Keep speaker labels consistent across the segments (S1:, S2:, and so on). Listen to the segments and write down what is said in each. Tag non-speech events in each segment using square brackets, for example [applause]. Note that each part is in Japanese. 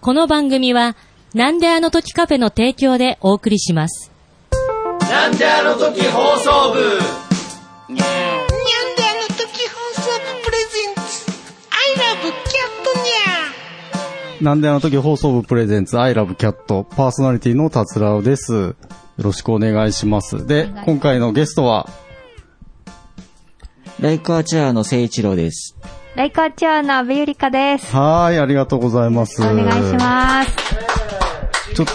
S1: この番組は、なんであの時カフェの提供でお送りします。
S2: なんであの時放送部
S3: ニャンであの時放送部プレゼンツ I love キャットニャ
S4: なんであの時放送部プレゼンツ、I love cat、パーソナリティの達郎です。よろしくお願いします。で、今回のゲストは、
S5: ライカーチェアの誠一郎です。
S6: ライカーチアの阿部ゆりかです。
S4: はーい、ありがとうございます。
S6: お願いします。
S4: す。ちょっ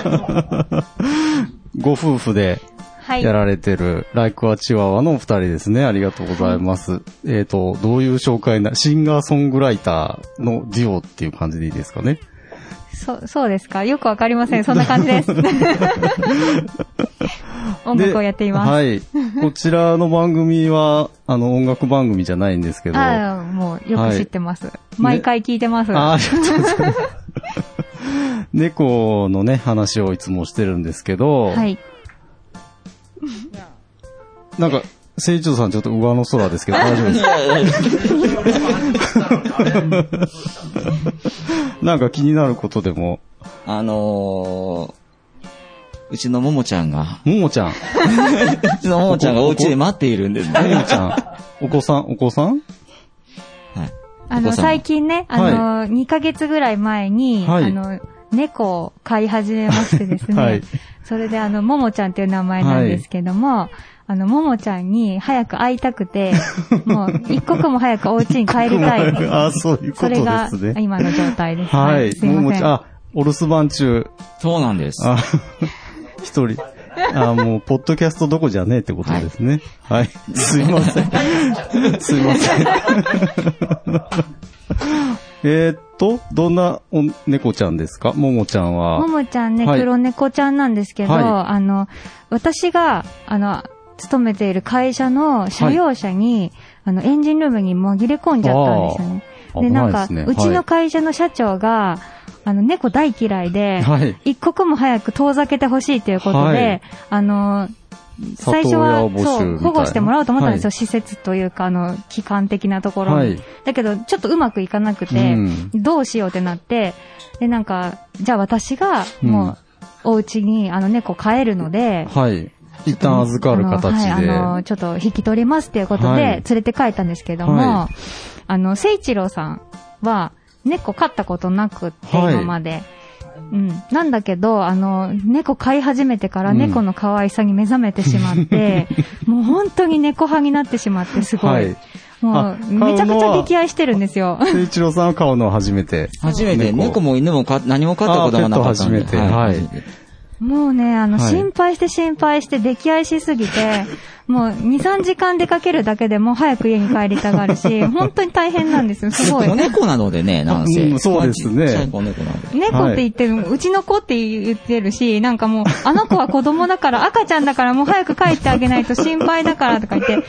S4: と、
S6: [laughs]
S4: ご夫婦で
S6: はい。
S4: やられてる、ライクアチワワのお二人ですね。ありがとうございます。えっと、どういう紹介な、シンガーソングライターのデュオっていう感じでいいですかね。
S6: そう、そうですかよくわかりません。そんな感
S4: [laughs]
S6: じです。音楽をやっています。
S4: ではい。こちらの番組は、あの、音楽番組じゃないんですけど、
S6: ああ、もうよく知ってます。毎回聞いてます。
S4: あありがとうございます。猫のね、話をいつもしてるんですけど、
S6: はい。
S4: なんか、清張さんちょっと上の空ですけど、大丈夫ですかなんか気になることでも、
S5: あのー、うちのももちゃんが、
S4: [laughs] ももちゃん、
S5: うちのももちゃんがお家で待っているんです
S4: [laughs]
S5: ね。
S4: ももちゃん、お子さん、お子さん
S5: はい。
S6: あ
S5: お
S6: の、
S5: 子さん
S6: 最近ね、あの、2ヶ月ぐらい前に、
S4: はい
S6: あの、猫を飼い始めましてですね、
S4: はい
S6: それであの、ももちゃんっていう名前なんですけども、あの、ももちゃんに早く会いたく
S4: [laughs]
S6: て、もう、一刻も早くお家に帰りたい。
S4: あそういうこと
S6: そ
S4: で
S6: れが
S4: すね。
S6: 今の状態です、ね。
S4: はい、
S6: すい
S4: も
S6: ま
S4: も
S6: せ
S4: ち
S6: ん。
S4: ゃん、あ、お留守番中、
S5: そうなんです。
S4: あ、一人。あ、もう、ポッドキャストどこじゃねえってことですね。はい。すいません。すいません。 [laughs] えーっと、どんなお猫ちゃんですかももちゃんは
S6: も。もちゃんね、
S4: はい
S6: 黒猫ちゃんなんですけど、
S4: はい
S6: あの、私が、あの、勤めている会社の車用車に、あの、エンジンルームに紛れ込んじゃったんですよね。
S4: あー
S6: で、なん
S4: 危ない
S6: か、
S4: ですねは
S6: う
S4: い
S6: ちの会社の社長が、あの、猫大嫌いで、
S4: はい。
S6: 一刻も早く遠ざけてほしいということで、
S4: はい
S6: あの、最初
S4: 里
S6: は
S4: 親、募集みた
S6: そ、
S4: いうな
S6: 保護してもらおうと思ったんです
S4: は
S6: よ。
S4: い
S6: 施設というか、あの、機関的なところに。
S4: はい
S6: だけど、ちょっとうまくいかなく
S4: う
S6: て、
S4: ん。
S6: どうしようってなって、で、なんか、じゃあ私が、もう、お家に、あの、猫飼えるので、
S4: はい。一旦預かる形で。
S6: あのはい、あの、ちょっと引き取りますっていうこと
S4: はい
S6: で、連れて帰ったんですけども、
S4: は
S6: あの、聖一郎さんは、猫飼ったことなくって、
S4: はい
S6: 今まで。うん。なんだけど、あの、猫飼い始めてから
S4: うん
S6: 猫の可愛さに目覚めてしま
S4: [laughs]
S6: って、もう本当に猫派になってしまって、すごい。
S4: はい。
S6: も
S4: あ
S6: う、めちゃくち
S4: 飼うの
S6: ゃ
S4: は
S6: 溺愛してるんですよ。
S4: 聖一郎さんは飼うのは初めて。
S5: 初めて、
S4: 猫
S5: 猫も犬もか何も飼ったことがなかったん
S4: あ
S5: で。
S4: ペット初めてはい
S5: 初めて
S6: もうね、あの、
S4: はい
S6: 心配して心配して溺愛しすぎて、 [laughs] もう2、3時間出かけるだけでもう早く家に帰りたが
S4: [laughs]
S6: るし、本当に大変なんですよ、すごい
S5: 子。猫なのでね、なんせ。
S4: うんそうですね
S5: ちっちゃい子猫なので。
S6: 猫って言ってる、うちの子って言ってるし、なんかもう、あの子は子供
S4: [laughs]
S6: だから、赤ちゃんだからもう早く帰ってあげないと心配だからとか
S4: [laughs]
S6: 言って、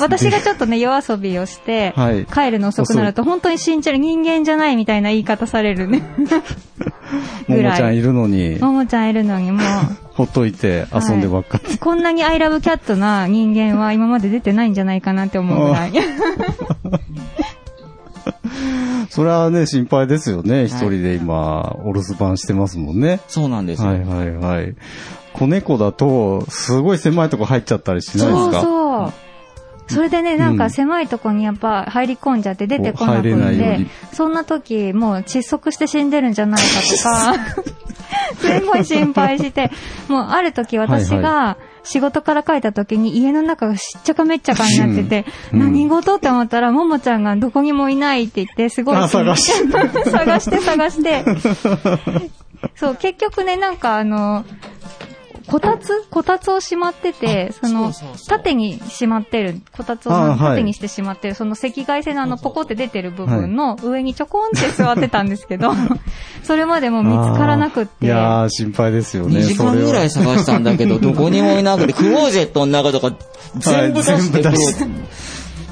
S6: 私がちょっとね、夜遊びをして、
S4: はい
S6: 帰るの遅くなると本当に信じる人間じゃないみたいな言い方されるね。
S4: も
S6: ぐ
S4: [laughs] もちゃ
S6: ら
S4: んい
S6: い。
S4: るのに、
S6: ももちゃんいるのにもう、
S4: ほっといて遊んでばっかり。
S6: こんなにアイラブキャットな人間は今まで出てないんじゃないかなって思うぐらい。
S4: それはね、心配ですよね。一人で今、お留守番してますもんね。
S5: そうなんですよ。
S4: はいはいはい。子猫だと、すごい狭いとこ入っちゃったりしないです
S6: そう
S4: か
S6: そう。それでね、なん
S4: うん
S6: か狭いとこにやっぱ入り込んじゃって出てこなく
S4: お入れ
S6: ん
S4: ないよう
S6: で
S4: に、
S6: そんな時もう窒息して死んでるんじゃないか
S4: [laughs]
S6: とか、すごい心配して、もうある時私
S4: はい
S6: が仕事から帰った時に家の中がしっちゃかめっちゃかになってて、
S4: うん
S6: 何事って思ったらももちゃんがどこにもいないって言って、すごい
S4: あ探し
S6: [laughs] 探して
S4: [laughs]
S6: 探して。そう、結局ね、なんかあの、こたつこたつをしまってて、その、
S5: そうそうそう
S6: 縦にしまってる、こたつを
S4: あーはい
S6: 縦にしてしまってる、その赤外線のあのポコって出てる部分の上にちょこんって座ってたんです
S5: [laughs]
S6: けど、それまでも見つからなくっ
S4: あー
S6: て。
S4: いやー、心配ですよ
S5: 2
S4: ね。
S5: 時間ぐらい
S4: そ
S5: 探したんだけど、どこにもいなくて、クローゼットの中とか、全部出してく
S4: はい
S5: る。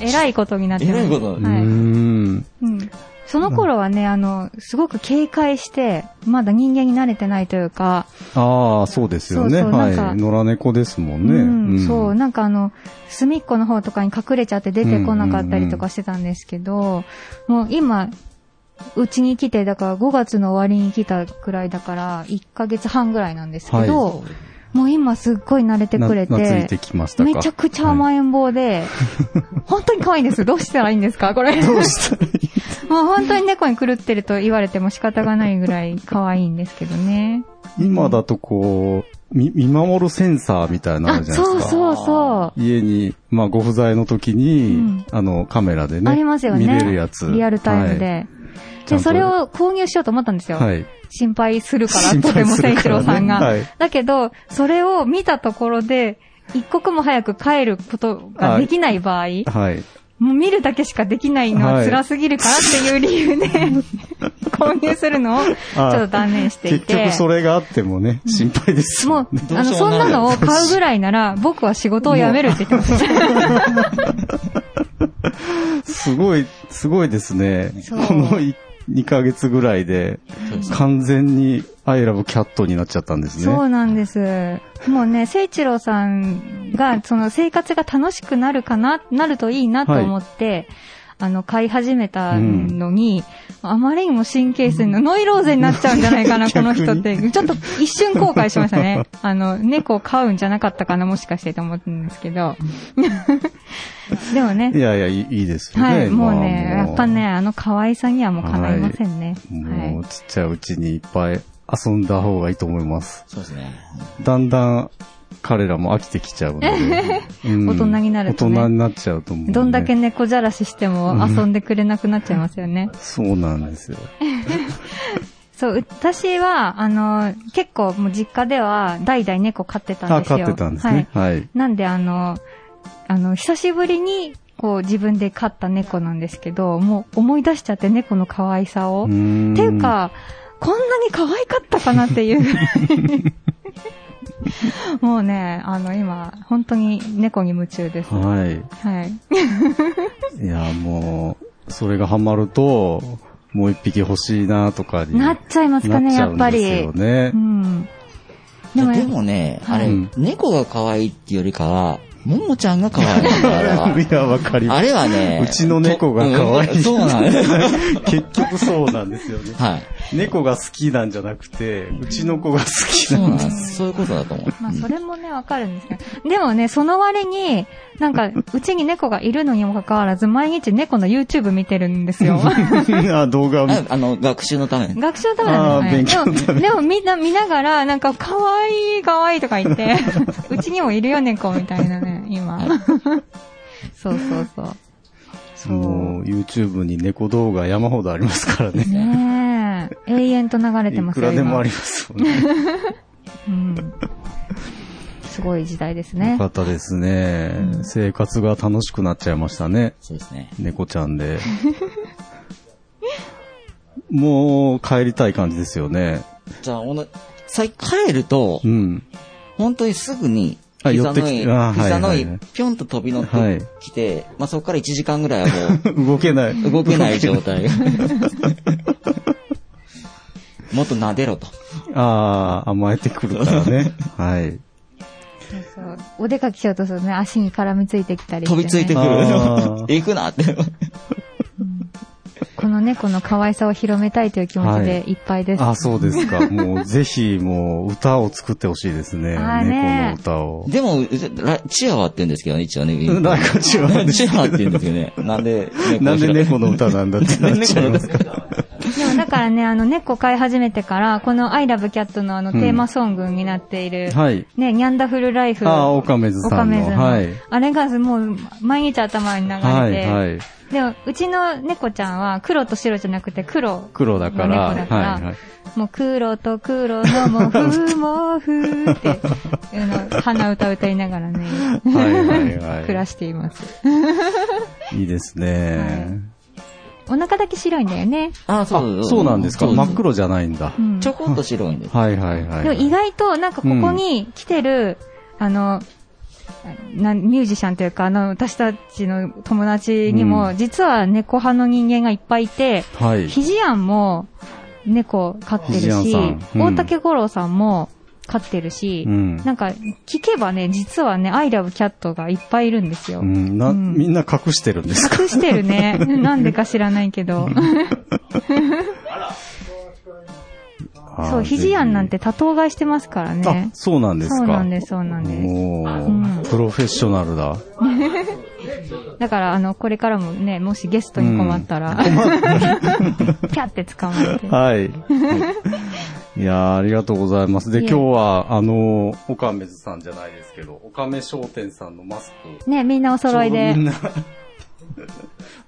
S4: 全
S6: えらいことになって
S5: えらいこと
S4: れは。
S6: は
S4: う
S6: い
S4: ーん。
S6: うんその頃はね、あの、すごく警戒して、まだ人間に慣れてないというか、
S4: ああ、そうですよね。
S6: そうそう
S4: はい。
S6: なんか
S4: 野良猫ですもん
S6: う
S4: ね。
S6: ん
S4: ん
S6: そう、なんかあの、隅っこの方とかに隠れちゃって出てこなかったりとかしてたんですけど、もう今、うちに来て、だから5月の終わりに来たくらいだから、1ヶ月半ぐらいなんですけど、
S4: は
S6: もう今すっごい慣れてくれて、
S4: な懐いてきましたか
S6: めちゃくちゃ甘えん
S4: [laughs]
S6: 坊で、本当に可愛いんです。どうしたらいいんですかこれ。
S4: どうしたらいい
S6: もう本当に猫に狂ってると言われても仕方がないぐらい可愛いんですけどね。
S4: 今だとこう、み見守るセンサーみたいなのあ
S6: あ、
S4: るじゃないです
S6: そ
S4: か。
S6: うそうそ
S4: 家に、まあ、ご不在の時に、
S6: うん
S4: あの、カメラで
S6: う。
S4: ね。
S6: ありますよ
S4: 見
S6: ね。
S4: れるやつ。
S6: リアルタイムで。
S4: ちゃんと
S6: で、それを購入しようと思ったんですよ。
S4: はい。はい。
S6: 心配するから、
S4: 心
S6: とて
S4: 配
S6: も
S4: す
S6: 誠
S4: る
S6: 一
S4: から
S6: 郎
S4: ね
S6: さんが。
S4: はい
S6: だけど、それを見たところで、一刻も早く帰ることができない場合、
S4: はい。
S6: もう見るだけしかできないのは辛すぎるからっていう理
S4: [laughs]
S6: 由で、購入するのをちょっと断念してい
S4: 結
S6: て。
S4: 局それがあってもね、心配です
S6: も
S4: よ
S6: う
S4: ね。、
S5: ど
S6: あ
S5: うし
S6: の、
S5: よ
S6: そ
S5: うんもない
S6: なのを買うぐらいなら、僕は仕事を辞めるって言ってました。
S4: すごい、すごいですね。
S6: そ
S4: こ
S6: う
S4: のい2ヶ月ぐらいで、完全に I love cat になっちゃったんですね。
S6: そうなんです。もうね、聖一郎さんが、その生活が楽しくなるかな、なるといいなと思って、あの、買い始めたのに、あまりにも神経質のノイローゼになっちゃうんじゃな
S4: [laughs]
S6: いかな、この人って。ちょっと一瞬後悔しましたね。あの、猫を飼うんじゃなかったかな、もしかしてと思ったんです
S4: [laughs]
S6: けど。でもね
S4: い、やいや、いいいいですよね。
S6: はい、もうね、
S4: まあ
S6: やっぱね、。あの可愛さにはもうかないませんね。
S4: もう
S6: はい。
S4: もうちっちゃいうちにいっぱい遊んだ方がいいと思います。
S5: そうですね。
S4: だんだん彼らも飽きてきちゃうの
S6: [laughs]
S4: で。うん
S6: 大人になるとね
S4: 大人になっちゃうと思う、
S6: どんだけ。猫じゃらししても遊んでくれなくなっちゃいますよね。
S4: そうなんですよ。
S6: そう、私は、あの、結構もう実家では代々猫飼ってたん
S4: あ、
S6: ですよ。
S4: 飼ってたんですね。はい。
S6: はい。なんであの、あの、久しぶりに、こう自分で飼った猫なんですけど、もう思い出しちゃって猫の可愛さを。っていうか、こんなに可愛かったかなっていうぐらい。
S4: [laughs]
S6: もうね、あの今、本当に猫に夢中です。
S4: うーん。はい。
S6: はい。
S4: いや、もう、それがハマると、もう一匹欲しいなとかに。
S6: なっちゃいますかね、やっぱり。
S4: なっちゃうんですよね
S6: う。ん。
S5: で
S6: で
S5: も
S6: も
S5: ね、あれ、
S4: うん猫
S5: 猫が可愛いっていうよりかは、ももちゃんが可愛いんだ、あ
S4: [laughs]
S5: れ
S4: いや、わかり
S5: は。
S4: ま
S5: あ
S4: す。
S5: れはね、
S4: うちの猫が可愛い
S5: うんそうなんで
S4: [laughs]
S5: す。は
S4: 結局そうなんですよね。
S5: い。
S4: [laughs] 猫が好きなんじゃなくて、うちの子が好き
S5: そう
S4: な
S5: なんん
S4: で
S5: です。そういうことだと思う。
S6: まあ、それもね、わかるんですけど。でもね、その割に、なんか、うちに猫がいるのにもかかわらず、毎日猫の YouTube 見てるんですよ。
S4: す。 [laughs] あ動画を見
S5: ああの、学習のために。
S6: 学習のためなんです
S4: あ
S6: よ
S4: ー勉強の
S6: ね。でも、でもみんな見ながら、なんか、かわいい、かわいいとか言
S4: [laughs]
S6: って、うちにもいるよ、猫、みたいなね、今。そうそうそう。
S4: もう、YouTube に猫動画山ほどありますからね。
S6: ねえ。永遠と流れて
S4: い
S6: ます
S4: く
S6: よ、
S4: らでも
S6: 今
S4: ありますよね。
S6: うん。すごい時代です
S4: [laughs]
S6: ね
S4: よか。ったですね。生活が楽しくなっちゃいましたね。
S5: そうですね。
S4: 猫ちゃんで。 [laughs] もう、帰りたい感じですよね。
S5: じゃあ、おの、さい帰ると
S4: う、ん。
S5: 本当にすぐに、
S4: あ寄
S5: 膝
S4: って
S5: の
S4: き
S5: い、
S4: あはい
S5: 膝の
S4: はいはい
S5: い、ぴょんと飛び乗っ
S4: はい
S5: てきて、まあそこから1時間ぐらいはもう、
S4: 動けない。 [laughs]
S5: 動けない状態。もっと撫でろと。
S4: ああ、甘えてくるから [laughs] ね。はい。
S6: そうそう。お出かけしようとするとね、足に絡みついてきたりして、
S5: 飛
S6: ね。
S5: びついてくる
S4: あー。
S5: [laughs] 行くなって。
S6: この猫の可愛さを広めたいという気持ち
S4: は
S6: でいっぱいです。
S4: あそうですか。もう、ぜひ、もう、歌を作ってほしいですね。
S6: あー
S4: 猫の
S6: ね
S4: 歌を。
S5: でも、うちらチワワって言うんですけどね、一応ね。
S4: [laughs] なんか違うんです
S5: チワワって言うんですよね。なんで、
S4: なんで猫の歌なんだってなっちゃい [laughs] ますか。
S5: 猫
S6: でもだからね、あの猫飼い始めてから、この I love cat のあの
S4: う
S6: テ
S4: ん
S6: ーマソングになっている、
S4: はい。
S6: ね、ニャンダフルライフ。
S4: ああ、オカメズ
S6: オ
S4: さ
S6: カ
S4: ん
S6: メ
S4: の。
S6: ズの。
S4: はい。
S6: あれがもう毎日頭に流れて、
S4: はい、はい。
S6: でもうちの猫ちゃんは黒と白じゃなくて黒。
S4: 黒だから。
S6: 猫だから
S4: はい、はい。
S6: もう黒と黒のもふもふって、いうのを鼻歌歌いながらね、
S4: [laughs] はいはいはい
S6: 暮らしています。
S4: いいですね。
S6: お腹だけ白いんだよね。
S5: あ、そう
S4: あ、そうなんですか。
S5: そう
S4: 真っ黒じゃないんだ
S6: う。ん
S5: ちょこっと白いんです。
S4: はいはいはい。
S6: でも意外と、なんかここに来てる、あの、なミュージシャンというか、あの、私たちの友達にも、
S4: うん
S6: 実は猫派の人間がいっぱいいて、
S4: はい。
S6: ひじやんも猫飼ってる
S4: ひじやん
S6: し
S4: さん、うん
S6: 大竹五郎さんも飼ってるし、
S4: うん
S6: なんか聞けばね、実はね、アイラブキャットがいっぱいいるんですよ。
S4: うん、な、
S6: うん
S4: みんな隠してるんですか
S6: 隠して
S4: [laughs]
S6: るね。なんでか知らないけど。そう、ヒジアンなんて多頭飼いしてますから
S4: あ
S6: ね、。
S4: そうなんですか。
S6: そうなんです、そうなんです。
S4: もう、
S6: ん
S4: プロフェッショナルだ。
S6: だから、あの、これからもね、もしゲストに困ったら、 [laughs] キャって捕まえて。
S4: はい。 [laughs] いやーありがとうございます。で、
S6: いえ
S4: 今日は、あのー、岡めずさんじゃないですけど、岡め商店さんのマスク。
S6: ね、みんなお揃いで
S4: ちょうどみん。な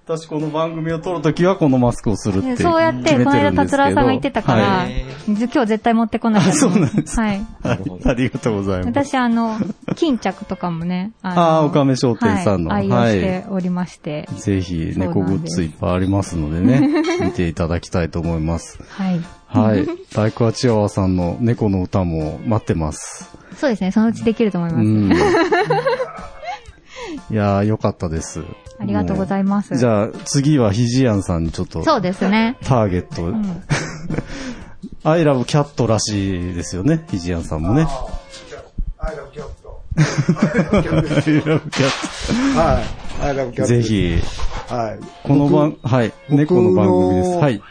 S4: [laughs] 私この番組を撮るときはこのマスクをするって
S6: そうやって、
S4: 決め
S6: この
S4: てる
S6: 間、
S4: んです
S6: 達
S4: けど
S6: 郎さんが言ってたから、
S4: はい
S6: ず今日絶対持ってこなかった。
S4: そうなんです
S6: はい。
S4: はいありがとうございます。
S6: 私、あの、巾着とかもね、あ
S4: あーおかめ商店さんの
S6: はい、
S4: はい
S6: 愛用しておりまして、
S4: ぜひ、
S6: そうなんです
S4: 猫グッズいっぱいありますので
S6: [laughs]
S4: ね、見ていただきたいと思います。
S6: はい。
S4: はい。大工はチワワさんの猫の歌も待ってます。
S6: そうですね、そのうちできると思いうます。
S4: ん。いやー、よかったです。
S6: ありがとうございます。
S4: じゃあ、次はひじやんさんにちょっと、
S6: そうですね。
S4: ターゲット、 [laughs]
S6: ん
S4: アイラブキャットらしいですよね、ひじやんさんもね。
S7: アイラブキャット。
S4: アイラブキ [laughs] ャッ
S7: はい。アイラブキャッ
S4: ト。
S7: ト。
S4: ぜ。ひ、
S7: はい。
S4: この番、はい、猫の番組です。
S7: 僕の
S4: はい。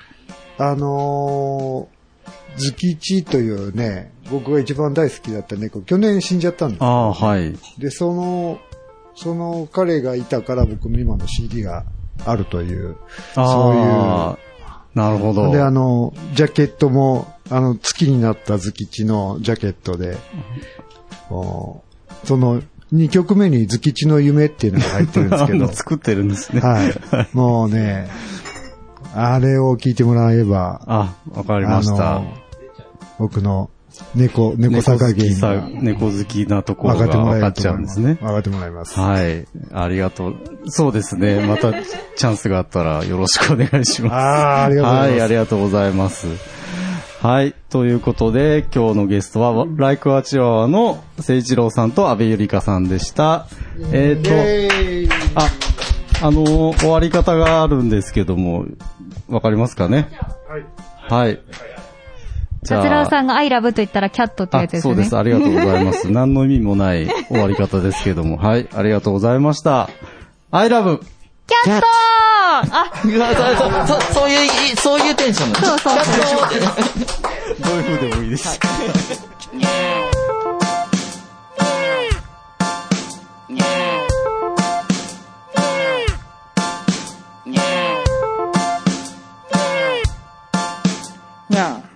S7: あのー、ズキチというね、僕が一番大好きだった猫、去年死んじゃったんで
S4: ああ、はい。
S7: す。で、その、その彼がいたから僕の今の CD があるという、
S4: あ
S7: そ
S4: あ、なるほ
S7: うい
S4: ど。
S7: う。で、あの、ジャケットも、あの、月になったズキチのジャケットで、おその、2曲目にズキチの夢っていうのが入ってるんです
S4: [laughs] あ
S7: けど
S4: の、。作ってるんですね。
S7: はい。
S4: [laughs]
S7: もうね、あれを聞いてもらえば、
S4: あ、わかりました。
S7: 僕の猫、猫
S4: 猫
S7: 坂
S4: 好
S7: 芸
S4: き
S7: 人
S4: さ
S7: が、
S4: 猫好きなところ
S7: 分か
S4: が
S7: ってもら
S4: 分
S7: え
S4: かっ
S7: ると
S4: ちゃう
S7: 思い
S4: んで
S7: ますす。
S4: ね。
S7: 分かってもらいます。
S4: はい。ありがとう。そうですね。またチャンスがあったらよろしくお願いします。
S7: あーありがとうございます
S4: はい、ありがとうございます。はい。ということで、今日のゲストは、ライクアチワワの誠一郎さんと安部ゆりかさんでした。えっ、と、
S7: イェーイ
S4: あ、あのー終わり方があるんですけども、わかりますかねはい。はい。じゃあ
S6: 達郎さんがアイラブと言ったらキャットってや
S4: あ
S6: つです
S4: そ
S6: ね。
S4: うです。ありがとうござい
S6: [laughs]
S4: ます。何の意味もない終わり方ですけども。はい。ありがとうございました。アイラブ
S6: キャットーあ、
S5: [laughs] そそそういうい、そういうテンションなの
S6: そうそうそう。
S4: どういう風でもいいです。
S5: にゃ